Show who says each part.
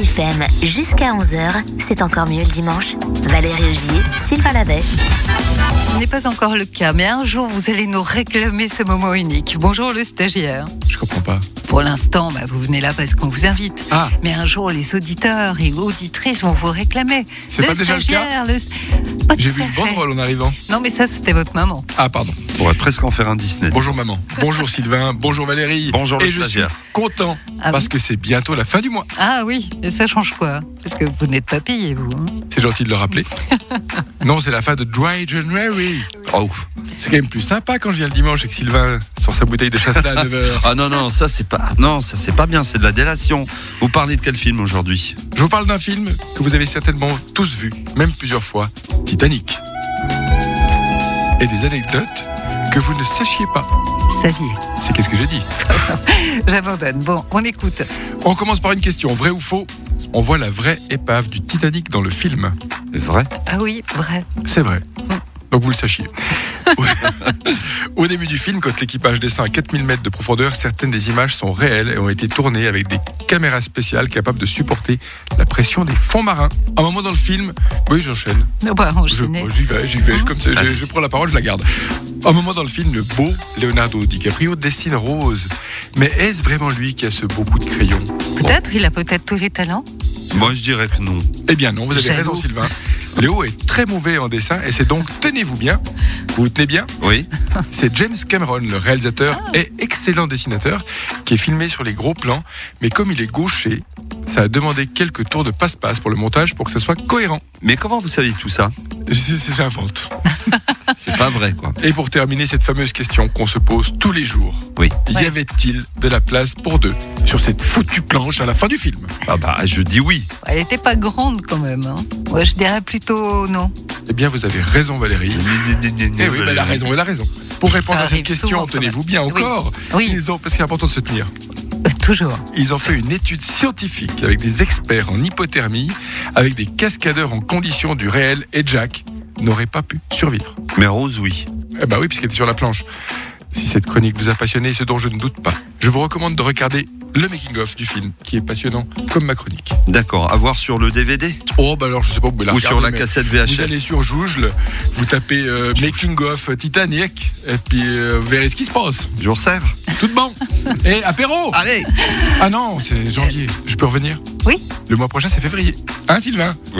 Speaker 1: FM jusqu'à 11h. C'est encore mieux le dimanche. Valérie Ogier, Sylvain Lavet.
Speaker 2: Ce n'est pas encore le cas, mais un jour vous allez nous réclamer ce moment unique. Bonjour le stagiaire.
Speaker 3: Je comprends pas.
Speaker 2: Pour l'instant, bah, vous venez là parce qu'on vous invite.
Speaker 3: Ah.
Speaker 2: Mais un jour, les auditeurs et auditrices vont vous réclamer.
Speaker 3: C'est pas déjà le cas
Speaker 2: stagiaire, le- Pas
Speaker 3: J'ai
Speaker 2: tout
Speaker 3: vu
Speaker 2: à
Speaker 3: une
Speaker 2: fait.
Speaker 3: banderole en arrivant.
Speaker 2: Non, mais ça, c'était votre maman.
Speaker 3: Ah, pardon.
Speaker 4: On pourrait presque en faire un Disney.
Speaker 3: Bonjour maman. Bonjour Sylvain. Bonjour Valérie.
Speaker 4: Bonjour le
Speaker 3: Et je suis
Speaker 4: stagiaire.
Speaker 3: content
Speaker 2: Ah
Speaker 3: parce
Speaker 2: oui.
Speaker 3: que c'est bientôt la fin du mois.
Speaker 2: Ah oui, et ça change quoi Parce que vous n'êtes pas payé, vous. hein.
Speaker 3: C'est gentil de le rappeler. non, c'est la fin de Dry January.
Speaker 4: Oh, ouf.
Speaker 3: C'est quand même plus sympa quand je viens le dimanche avec Sylvain sur sa bouteille de chasselas à 9h.
Speaker 4: Ah non, non, ça c'est pas. Non, ça c'est pas bien, c'est de la délation. Vous parlez de quel film aujourd'hui
Speaker 3: Je vous parle d'un film que vous avez certainement tous vu, même plusieurs fois, Titanic. Et des anecdotes que vous ne sachiez pas.
Speaker 2: Saviez.
Speaker 3: C'est qu'est-ce que j'ai dit
Speaker 2: J'abandonne. Bon, on écoute.
Speaker 3: On commence par une question, vrai ou faux On voit la vraie épave du Titanic dans le film.
Speaker 4: Vrai
Speaker 2: Ah oui, vrai.
Speaker 3: C'est vrai. Donc vous le sachiez. Au début du film, quand l'équipage descend à 4000 mètres de profondeur, certaines des images sont réelles et ont été tournées avec des caméras spéciales capables de supporter la pression des fonds marins. À un moment dans le film, oui j'enchaîne,
Speaker 2: Non, bah, on
Speaker 3: Je-
Speaker 2: gênait.
Speaker 3: j'y vais, j'y vais,
Speaker 2: Hein
Speaker 3: comme ça, je,
Speaker 4: Allez.
Speaker 3: je prends la parole, je la garde. Un moment dans le film, le beau Leonardo DiCaprio dessine Rose. Mais est-ce vraiment lui qui a ce beau coup de crayon
Speaker 2: Peut-être, il a peut-être tous les talents.
Speaker 4: Moi je dirais que non.
Speaker 3: Eh bien non, vous avez
Speaker 2: Jaloux.
Speaker 3: raison Sylvain. Léo est très mauvais en dessin et c'est donc, tenez-vous bien, vous vous tenez bien,
Speaker 4: Oui
Speaker 3: c'est James Cameron, le réalisateur et excellent dessinateur, qui est filmé sur les gros plans, mais comme il est gaucher, ça a demandé quelques tours de passe-passe pour le montage pour que ça soit cohérent.
Speaker 4: Mais comment vous savez tout ça
Speaker 3: C'est- c'est- J'invente.
Speaker 4: C'est pas vrai quoi.
Speaker 3: Et pour terminer cette fameuse question qu'on se pose tous les jours,
Speaker 4: Oui.
Speaker 3: y
Speaker 2: Ouais.
Speaker 3: avait-il de la place pour deux sur cette foutue planche à la fin du film
Speaker 4: Ah bah je dis oui.
Speaker 2: Elle n'était pas grande quand même. hein. Ouais, je dirais plutôt non.
Speaker 3: Eh bien, vous avez raison, Valérie. Eh oui, bah, elle a raison, elle a raison. Pour répondre
Speaker 2: Ça
Speaker 3: à cette
Speaker 2: arrive souvent,
Speaker 3: question,
Speaker 2: quand
Speaker 3: tenez-vous bien
Speaker 2: Oui.
Speaker 3: encore.
Speaker 2: Oui,
Speaker 3: Ils ont, parce qu'il est important de se tenir.
Speaker 2: euh, toujours.
Speaker 3: Ils ont fait une étude scientifique avec des experts en hypothermie, avec des cascadeurs en conditions du réel, et Jack n'aurait pas pu survivre.
Speaker 4: Mais Rose oui.
Speaker 3: Eh ben oui, puisqu'il était sur la planche. Si cette chronique vous a passionné, ce dont je ne doute pas, je vous recommande de regarder le making-of du film, qui est passionnant comme ma chronique.
Speaker 4: D'accord, à voir sur le DVD
Speaker 3: Oh, bah alors, je sais pas où vous la
Speaker 4: ou sur
Speaker 3: regardez,
Speaker 4: la
Speaker 3: mais
Speaker 4: cassette
Speaker 3: Vous allez
Speaker 4: VHS.
Speaker 3: sur Jougle, vous tapez euh, making-of Titanic, et puis euh, vous verrez ce qui se passe.
Speaker 4: Je vous resserre.
Speaker 3: Tout de bon Et apéro
Speaker 4: Allez
Speaker 3: Ah non, c'est janvier. Je peux revenir
Speaker 2: Oui.
Speaker 3: Le mois prochain, c'est février. Hein, Sylvain